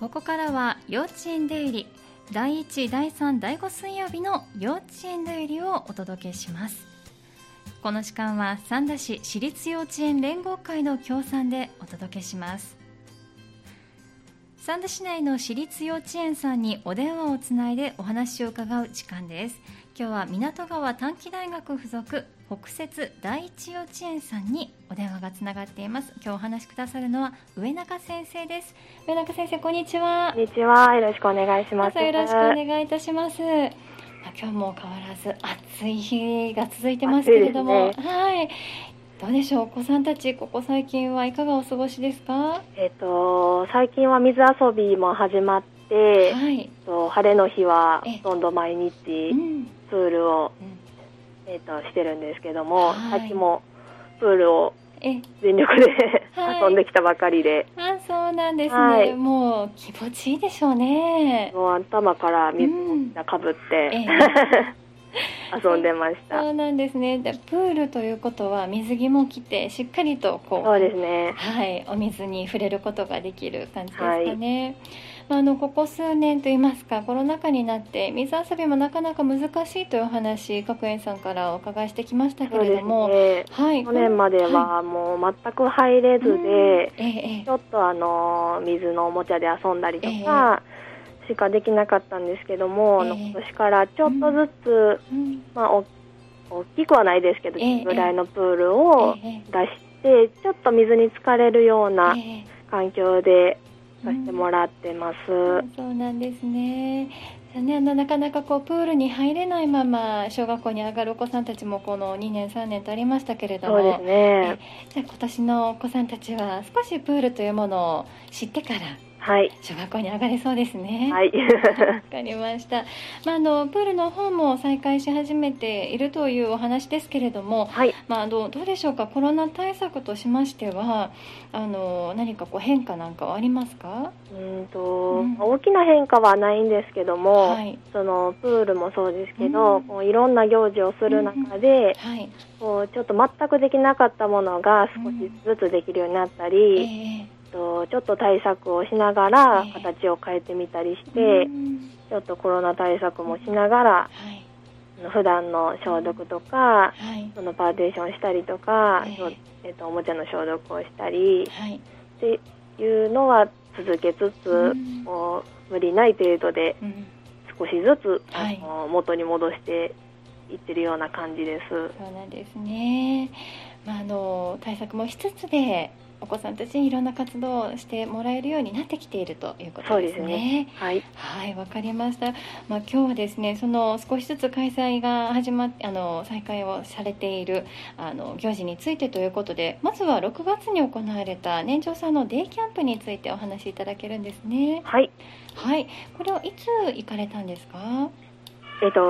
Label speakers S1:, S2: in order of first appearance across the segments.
S1: ここからは幼稚園デイリー第1第3第5水曜日の幼稚園デイリーをお届けしますこの時間は三田市私立幼稚園連合会の協賛でお届けします三田市内の私立幼稚園さんにお電話をつないでお話を伺う時間です今日は港川短期大学附属北摂第一幼稚園さんにお電話がつながっています今日お話しくださるのは上中先生です上中先生こんにちは
S2: こんにちは。よろしくお願いします。
S1: 朝よろしくお願いいたします。まあ今日も変わらず暑い日が続いてますけれども、
S2: 暑いで
S1: はい。どうでしょう、お子さんたち、ここ最近はいかがお過ごしですか。
S2: えっ、と、最近は水遊びも始まって、
S1: はい。
S2: えっと晴れの日は
S1: え
S2: ほとんど毎日
S1: うん。
S2: プールを、えっとしてるんですけども、
S1: はい
S2: さっきもプールを
S1: え、
S2: 全力で
S1: はい
S2: 遊んできたばかりで、
S1: あ、そうなんですね。
S2: はい
S1: もう気持ちいいでしょうね。
S2: もう頭から
S1: う
S2: 水
S1: ん。
S2: がかぶって、
S1: ええ
S2: 遊んでました。
S1: そうなんですね。で、プールということは水着も着て、しっかりとこう。
S2: そうですね。
S1: はい、お水に触れることができる感じですかね。まあ、あのここ数年といいますかコロナ禍になって水遊びもなかなか難しいというお話各園さんからお伺いしてきましたけ
S2: そう
S1: れ
S2: で
S1: ど
S2: す
S1: も、
S2: ね。
S1: はい、
S2: 去年まではもう全く入れずで、
S1: うんえええ
S2: ちょっとあの水のおもちゃで遊んだりとかしかできなかったんですけども、あの
S1: ええ
S2: 今年からちょっとずつ、
S1: えうん
S2: まあ、お大きくはないですけど、
S1: ええ
S2: ぐらいのプールを
S1: ええ
S2: 出して、ちょっと水に浸かれるような
S1: ええ
S2: 環境でさ
S1: う
S2: せ
S1: ん
S2: てもらってます。
S1: そうなんですね。ね、あのなかなかこうプールに入れないまま小学校に上がるお子さんたちもこの2年3年とありましたけれど
S2: そうで
S1: も
S2: すね。
S1: じゃあ今年のお子さんたちは少しプールというものを知ってから
S2: はい。
S1: 小学校に上がれそうですね。
S2: はい。
S1: わかりました。まあ、あのプールの方も再開し始めているというお話ですけれども、
S2: はい。
S1: まあ、あのどうでしょうか。コロナ対策としましては、あの何かこう変化なんかはありますか？
S2: うーんと、
S1: うん
S2: 大きな変化はないんですけども、
S1: はい
S2: そのプールもそうですけど、
S1: うん
S2: こういろんな行事をする中で、
S1: はい。
S2: こうちょっと全くできなかったものが少しずつできるようになった
S1: え
S2: り、
S1: え
S2: とちょっと対策をしながら
S1: ええ
S2: 形を変えてみたりして、
S1: うん
S2: ちょっとコロナ対策もしながら
S1: はい
S2: あの普段の消毒とか
S1: はい
S2: そのパーテーションしたりとか、
S1: ええ
S2: そうえっとおもちゃの消毒をしたり
S1: はい。
S2: っていうのは続けつつ、
S1: うん
S2: こう無理ない程度で
S1: うん
S2: 少しずつ、
S1: はい
S2: あの元に戻していってるような感じです。
S1: そうなんですね。まあ、あの対策もしつつで。お子さんたちにいろんな活動をしてもらえるようになってきているというこ
S2: そ
S1: と
S2: う
S1: で
S2: です
S1: ね
S2: すね。はい、
S1: はい、わかりました。まあ今日はですね、その少しずつ開催が始まっあの再開をされているあの行事についてということで、まずは6月に行われた年長さんのデイキャンプについてお話しいただけるんですね。
S2: はい
S1: はい、これはいつ行かれたんですか。
S2: えっと、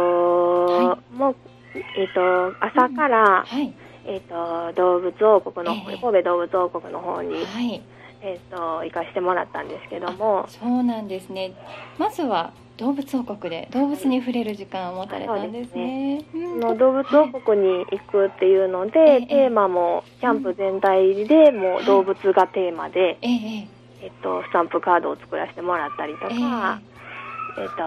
S1: は
S2: もう、えっと、朝から、
S1: はい、
S2: えっと、動物王国の方、
S1: ええ
S2: 神戸動物王国の方に、
S1: はい、
S2: えっと、行かしてもらったんですけども、
S1: そうなんですね。まずは動物王国で動物に触れる時間を持たれたんですね。
S2: そ
S1: うん
S2: の動物王国に行くっていうので、
S1: ええ
S2: テーマも、キャンプ全体でも
S1: はいう
S2: 動物がテーマで、
S1: ええ、
S2: えっと、スタンプカードを作らせてもらったりと
S1: ええ、
S2: か、えっと、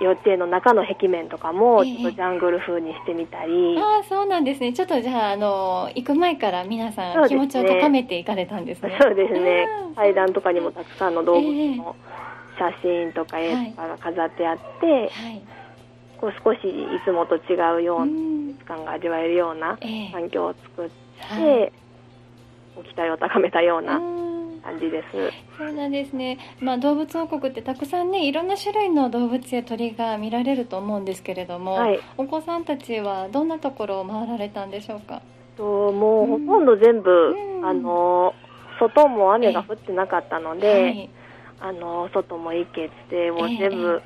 S2: 幼稚園の中の壁面とかも、
S1: ええ
S2: ちょっとジャングル風にしてみたり、
S1: ああそうなんですねちょっとじゃああの行く前から皆さん
S2: そうです
S1: 気
S2: ね
S1: 持ちを高めていかれたんですね
S2: そうですね
S1: うん。
S2: 階段とかにもたくさんの動物の写真とか
S1: え
S2: 絵とかが飾ってあって、
S1: はい、
S2: こう少しいつもと違うよ
S1: う、
S2: うなん時間が味わえるような
S1: ええ
S2: 環境を作って、
S1: はい
S2: こう期待を高めたよう
S1: う
S2: なん感じです。
S1: そうなんですね、まあ、動物王国ってたくさんねいろんな種類の動物や鳥が見られると思うんですけれども、
S2: はい。
S1: お子さんたちはどんなところを回られたんでしょうか
S2: ともうほとんど全部、
S1: うん
S2: あの外も雨が降ってなかったので、
S1: はい、
S2: あの外も行けてもう
S1: ええ
S2: 全部、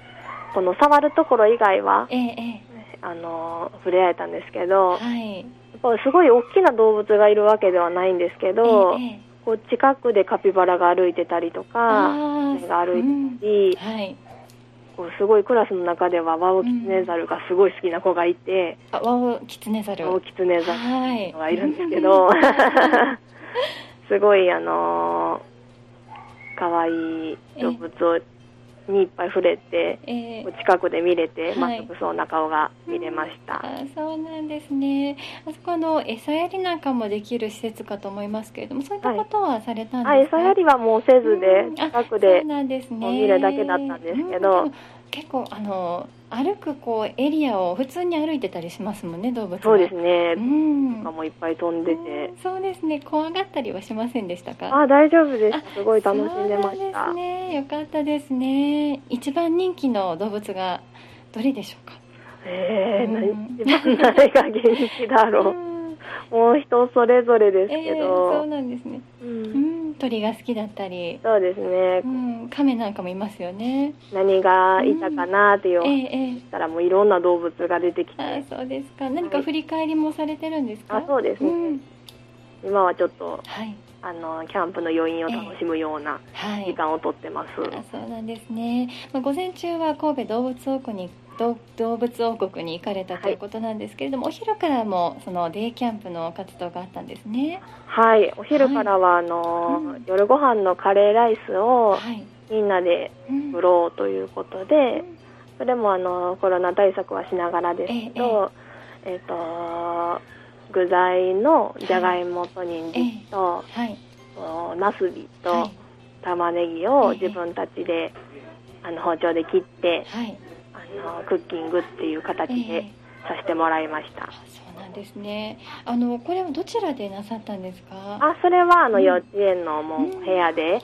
S2: この触るところ以外は
S1: えええ
S2: あの触れ合えたんですけ
S1: え
S2: ど、
S1: はい
S2: やっぱりすごい大きな動物がいるわけではないんですけど、
S1: ええええ
S2: こう近くでカピバラが歩いてたりと
S1: あ
S2: か、狐が歩いてた
S1: り、
S2: り、
S1: うんはい
S2: こうすごいクラスの中ではワオキツネザルがすごい好きな子がいて、
S1: あワオキツネザル
S2: ワオキツネザル
S1: はい
S2: がいるんですけど、すごいあのー可愛い動物をにいっぱい触れて、
S1: えー
S2: 近くで見れ
S1: は
S2: て、
S1: い
S2: 満足そうな顔が見れました、
S1: あそうなんですねあそこの餌やりなんかもできる施設かと思いますけれどもそういったことはされたん
S2: あ
S1: ですか、
S2: 餌やりはもうせず
S1: うん
S2: で近くで
S1: そうなんですね
S2: こう見るだけだったんですけど
S1: うんでも結構あの歩くこうエリアを普通に歩いてたりしますもんね動物が
S2: そうですね、
S1: うん
S2: なんかもういっぱい飛んでて、
S1: うんそうですね怖がったりはしませんでしたか
S2: あ大丈夫でしたすごい楽し
S1: そ
S2: ん
S1: う
S2: でま
S1: な
S2: し
S1: で
S2: た
S1: すねよかったですね一番人気の動物がどれでしょうか
S2: えー、
S1: うん
S2: 何一番誰が元気だろ
S1: う
S2: う
S1: ん
S2: もう人それぞれです
S1: え
S2: け
S1: えそう
S2: ど、
S1: なんですね
S2: う
S1: うんん鳥が好きだったり
S2: そうですね
S1: う、ん亀なんかもいますよね
S2: 何がいたかなっていう、
S1: ええええ
S2: したらもういろんな動物が出てき
S1: あ
S2: て
S1: そうですか何か振り返りもされてるんですか
S2: あそうですね
S1: ん
S2: 今はちょっと
S1: はい
S2: あのキャンプの余韻を楽しむような
S1: は
S2: 時
S1: い
S2: 間をとってます、
S1: あそうなんですね、まあ、午前中は神戸動物王国にど動物王国に行かれたということなんですけれども、お昼からもそのデイキャンプの活動があったんですね
S2: はいお昼からはあの、
S1: うん
S2: 夜ご飯のカレーライスを
S1: はい、
S2: みんなで
S1: うん
S2: 売ろうということでそれもあのコロナ対策はしながらですけどえっ、と具材のじゃがいもと人参と、
S1: はい
S2: となすび
S1: は
S2: と
S1: い
S2: 玉ねぎを
S1: ええ
S2: 自分たちで、あの包丁で切って
S1: はい
S2: あのクッキングっていう形
S1: え
S2: で
S1: え
S2: させてもらいました
S1: あ、そうなんですねあのこれはどちらでなさったんですか
S2: あそれはあ
S1: う
S2: の
S1: ん
S2: 幼稚園のも
S1: うん
S2: う部屋で、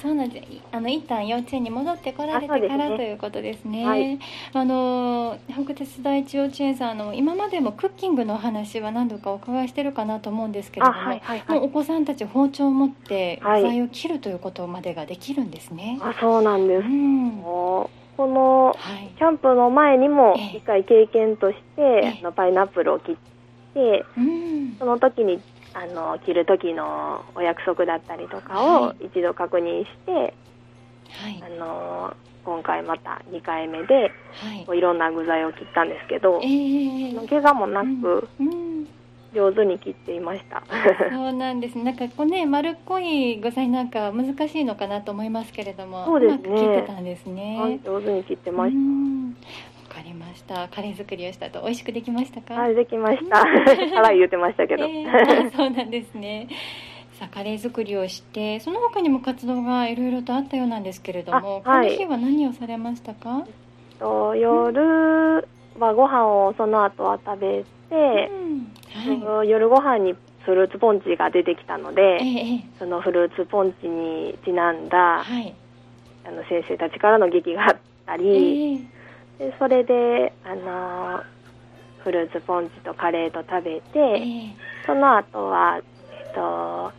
S1: そうなんです。いあの一旦幼稚園に戻ってこられてか
S2: あそうです
S1: ら、
S2: ね
S1: ということですね。
S2: はい
S1: あの北鉄第一幼稚園さんあの今までもクッキングのお話は何度かお伺いしてるかなと思うんですけれ
S2: あ
S1: ども、
S2: はいはいは
S1: もう
S2: い
S1: お子さんたち包丁を持って具
S2: はい
S1: 材を切るということまでができるんですね。
S2: あそうなんで
S1: う
S2: す、
S1: ん、は
S2: もうこの
S1: い。
S2: キャンプの前にも
S1: ええ
S2: 一回経験として、
S1: ええ
S2: あのパイナップルを切って
S1: うん
S2: そ。の時にあの切る時のお約束だったりとか
S1: は
S2: を一度確認して、
S1: はい
S2: あ。の今回また2回目で
S1: はい
S2: こ。ういろんな具材を切ったんですけど
S1: ええ
S2: あの怪我もなく
S1: うんうん
S2: 上手に切っていました、
S1: そうなんですなんかこうね丸っこい具材なんか難しいのかなと思いますけれども
S2: そうですね
S1: まく切ってたんですね、
S2: はい上手に切ってま
S1: う
S2: し
S1: んわかりました。カレー作りをしたと美味しくできましたか？
S2: た、はいできました 辛い言ってましたけど、
S1: え ーそうなんですね。さあカレー作りをして、その他にも活動がいろいろとあったようなんですけれども、
S2: あはい
S1: この日は何をされましたか？
S2: と夜はご飯をその後は食べて
S1: う、ん、は
S2: 夜ご飯にフルーツポンチが出てきたので、
S1: い。えーえー
S2: そのフルーツポンチにちなんだ
S1: はい。
S2: あの先生たちからの劇があった
S1: え
S2: り、
S1: ー
S2: でそれであのフルーツポンチとカレーと食べて、
S1: えー
S2: その後は、えっと、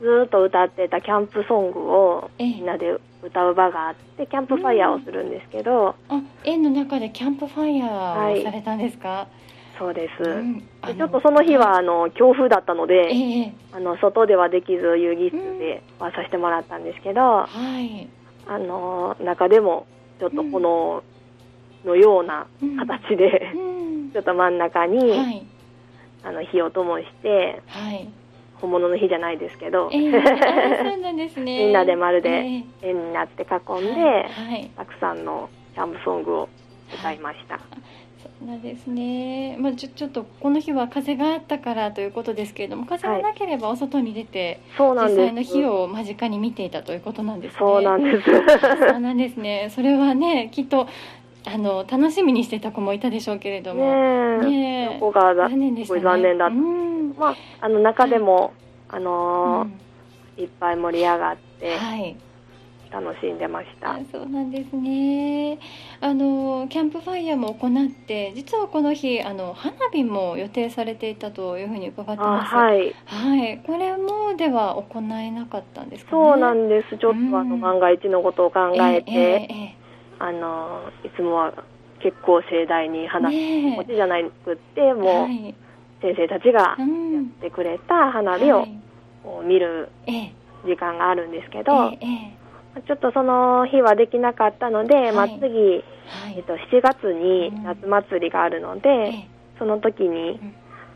S2: ずーっと歌ってたキャンプソングを
S1: ええ
S2: みんなで歌う場があってキャンプファイヤーをするんですけど、
S1: あ、園の中でキャンプファイヤーをされたんですか？
S2: そうです、
S1: うん
S2: でちょっとその日はあの強風だったの
S1: え
S2: で、
S1: ーえー
S2: あの外ではできず遊戯室ではさせてもらったんですけど、
S1: はい。
S2: あの中でもちょっと炎のような形で、
S1: うん。
S2: ちょっと真ん中に、
S1: はい
S2: あの火を灯して
S1: はい。
S2: 本物の火じゃないですけど、
S1: えー、あそうなんですね。
S2: みんなで丸で
S1: えー
S2: 円になって囲んで、
S1: はい、
S2: たくさんのキャンプソングを歌いました、
S1: そうなんですね。まあちょちょっとこの日は風があったからということですけれども、風がなければお外に出て、
S2: そうなん
S1: 実
S2: です
S1: 際の日を間近に見ていたということなんですね。
S2: そうなんです
S1: そうなんですね。それはね、きっとあの楽しみにしてた子もいたでしょうけれど
S2: ね
S1: も、
S2: え
S1: ねえ
S2: そこがだ
S1: 残念でしたね。
S2: すごい残念だった
S1: うん。
S2: まああの中でも、あの
S1: う
S2: ー
S1: ん
S2: いっぱい盛り上がって
S1: はい。
S2: 楽しんでました、
S1: あそうなんですね。あのキャンプファイヤーも行って、実はこの日あの花火も予定されていたというふうに伺って
S2: あ
S1: ます。
S2: はい
S1: はい、これもでは行えなかったんですか、ね。
S2: そうな
S1: で
S2: んですちょっとあ
S1: う
S2: の
S1: ん
S2: 万が一のことを考えて、
S1: ええええ
S2: あのーいつもは結構盛大に話す
S1: ねえ
S2: こっちじゃなくってもう
S1: はい、
S2: 先生たちが
S1: う
S2: や
S1: ん、
S2: ってくれた花火を
S1: はい
S2: こう見る
S1: ええ
S2: 時間があるんですけど、
S1: えええ
S2: ちょっとその日はできなかったので、
S1: はい
S2: まあ、次、
S1: えは
S2: えっ
S1: い、
S2: と、7月に
S1: うん
S2: 夏祭りがあるので、
S1: ええ
S2: その時に
S1: ん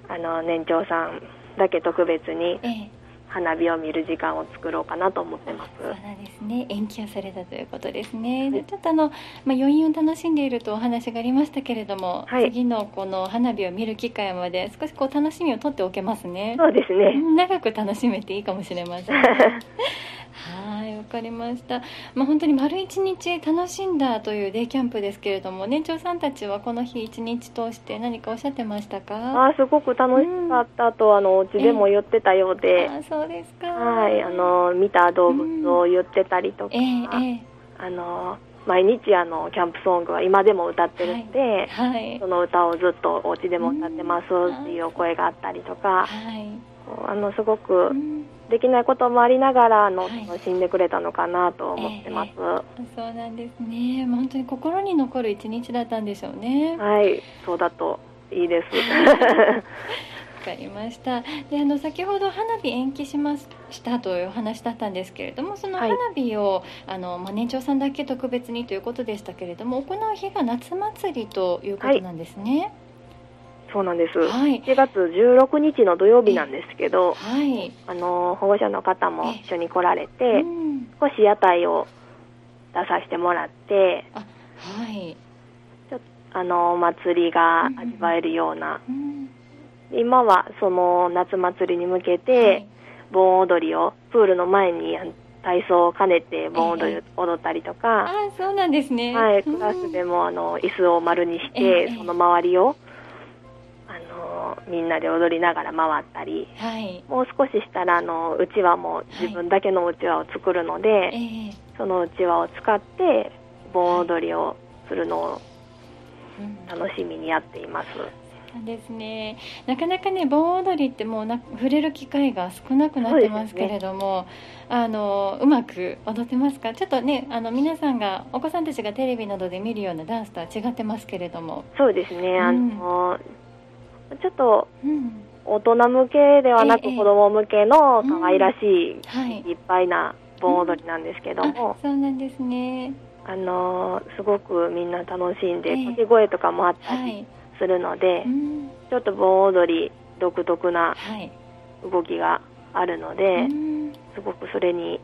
S2: あの年長さんだけ特別に
S1: ええ
S2: 花火を見る時間を作ろうかなと思ってます。
S1: そうなんですね。延期をされたということですね。でちょっとあのまあ余韻を楽しんでいるとお話がありましたけれども、
S2: はい
S1: 次のこの花火を見る機会まで少しこう楽しみを取っておけますね。
S2: そうですね。
S1: 長く楽しめていいかもしれません。はい、わかりました。まあ、本当に丸一日楽しんだというデイキャンプですけれども、年長さんたちはこの日一日通して何かおっしゃってましたか。あ
S2: あーすごく楽しかったと、あのうちでも言ってたようで、
S1: ー、そうですか。
S2: はい、あの見た動物を言ってたりとか、
S1: えええ
S2: あの毎日あのキャンプソングは今でも歌ってるん
S1: え
S2: で、
S1: はい
S2: そ。の歌をずっとお家でも歌ってますっていうお声があったりと
S1: は
S2: か、
S1: い。
S2: こうあのすご
S1: う
S2: く
S1: ん
S2: できないこともありながらあの
S1: はい
S2: 楽しんでくれたのかなと思ってます。
S1: そうなんですね。もう本当に心に残る一日だったんでしょうね。わ
S2: はい、そうだといいです。
S1: かりました。で、あの先ほど花火延期しますしたというお話だったんですけれども、その
S2: はい
S1: 花火を、あのまあ年長さんだけ特別にということでしたけれども、行う日が夏祭りということなんですね。
S2: そうなんです。
S1: はい。
S2: 1月16日の土曜日なんですけど、
S1: はい。
S2: あの保護者の方も一緒に来られ
S1: う
S2: て、
S1: ん
S2: 少し屋台を出させてもらって、
S1: はい。
S2: あのお祭りが味わえるような、
S1: うん
S2: 今はその夏祭りに向けて、
S1: はい
S2: 盆踊りをプールの前にあの体操を兼ねて盆踊り
S1: え
S2: を踊ったりとか、
S1: あ、そうなんですね。
S2: はい、
S1: うん
S2: クラスでもあの椅子を丸にして、
S1: ええ
S2: その周りをあのみんなで踊りながら回ったり
S1: はい。
S2: もう少ししたらあのうちわも自分だけのうちわを作るので、
S1: ええ
S2: そのうちわを使って盆踊りをするのを
S1: うん
S2: 楽しみにやっています。
S1: そうですね。なかなかね盆踊りってもうな触れる機会が少なくなってますけれども、あのうまく踊ってますか。ちょっとねあの皆さんがお子さんたちがテレビなどで見るようなダンスとは違ってますけれども、
S2: そうですね、あのちょっと
S1: うん、
S2: 大人向けではなく
S1: ええ
S2: 子供向けの可愛らしい
S1: はい。
S2: いっぱいな盆踊りなんですけど
S1: あ
S2: も、
S1: そうなんですね。
S2: あのーすごくみんな楽しんで
S1: ええ
S2: 掛け声とかもあった
S1: は
S2: り
S1: い。
S2: するので、
S1: うん
S2: ちょっと盆踊り独特な
S1: はい。
S2: 動きがあるの
S1: う
S2: で、
S1: ん
S2: すごくそれに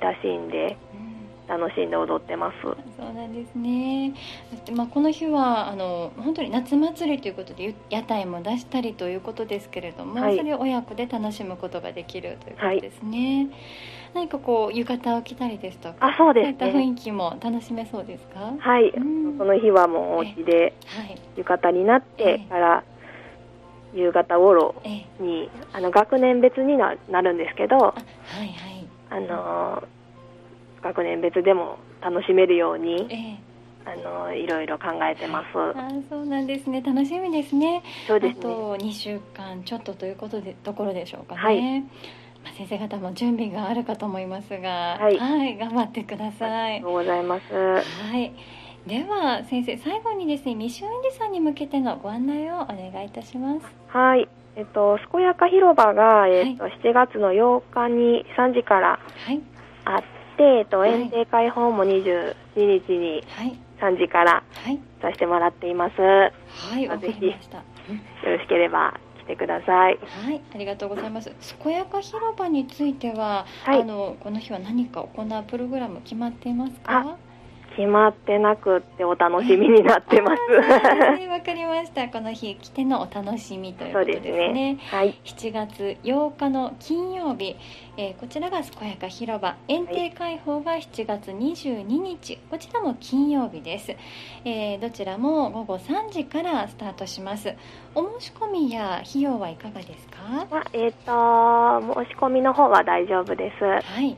S2: 親しんで
S1: うん
S2: 楽しんで踊ってます。
S1: そうなんですね。そしてまあこの日はあの本当に夏祭りということでゆ屋台も出したりということですけれども、
S2: はい
S1: それを親子で楽しむことができるということですね。何かこう浴衣を着たりですとか、
S2: あ、そう
S1: そう
S2: で
S1: いっ
S2: す
S1: た雰
S2: ね。
S1: 囲気も楽しめそうですか？は
S2: はい、
S1: うん
S2: その日はもうお家で
S1: い。
S2: 浴衣になっ
S1: え
S2: て
S1: え
S2: から夕方頃
S1: ええ、
S2: にあの学年別にななるんですけど
S1: あ、、はいはい。
S2: あのー学年別でも楽しめるように、
S1: ええ、
S2: あのーいろいろ考えてます。
S1: あ、そうなんですね。楽しみですね。
S2: そうです
S1: あ
S2: ね。
S1: と2週間ちょっとということでところでしょうかね、
S2: はい
S1: まあ、先生方も準備があるかと思いますが、
S2: はい
S1: 頑張ってくださ
S2: あり
S1: い
S2: がと、うございます。
S1: はい、では先生最後にですね未就園児さんに向けてのご案内をお願いいたします
S2: はい。えっと、健やか広場が、えっと、7月の8日に3時から
S1: はい
S2: あって、えっと、
S1: はい
S2: 園庭開放も22日に
S1: はい
S2: 3時から
S1: はい
S2: させてもらっています。よ
S1: はいわかりましたうん
S2: ろしければ来てください。
S1: はいありがとうございます健やか広場については、
S2: はい
S1: あのこの日は何か行うプログラム決まっていますか
S2: 決まってなくってお楽しみになってます。
S1: はいわかりましたこの日来てのお楽しみというこ
S2: そう
S1: と
S2: で
S1: ですすね
S2: ね。はい。
S1: 7月8日の金曜日、えーこちらが健やか広場園庭開放が7月22日こちらも金曜日です、えーどちらも午後3時からスタートしますお申し込みや費用はいかがですか
S2: あえっ、と、申し込みの方は大丈夫です。
S1: はい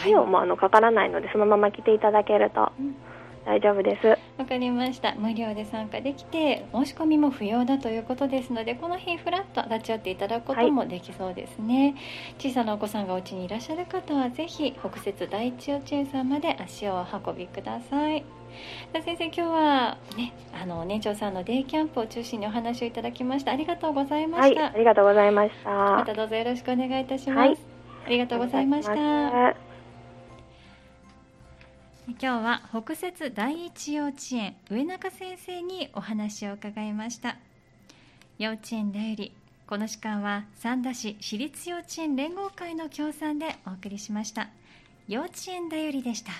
S2: 費用もあのかからないので、そのまま来ていただけると
S1: うん
S2: 大丈夫です。
S1: わかりました無料で参加できて申し込みも不要だということですのでこの日フラッと立ち寄っていただくこともできそうですね、小さなお子さんがお家にいらっしゃる方はぜひ北節第一幼稚園さんまで足をお運びくださいさあ先生今日はねあの年長さんのデイキャンプを中心にお話をいただきましたありがとうございま
S2: は
S1: し
S2: い、
S1: た、
S2: ありがとうございました。
S1: ま
S2: あ
S1: たどうぞよろしくお願いいたします、
S2: はい
S1: ありがとうございました今日は北節第一幼稚園上中先生にお話を伺いました幼稚園だよりこの時間は三田市私立幼稚園連合会の協賛でお送りしました幼稚園だよりでした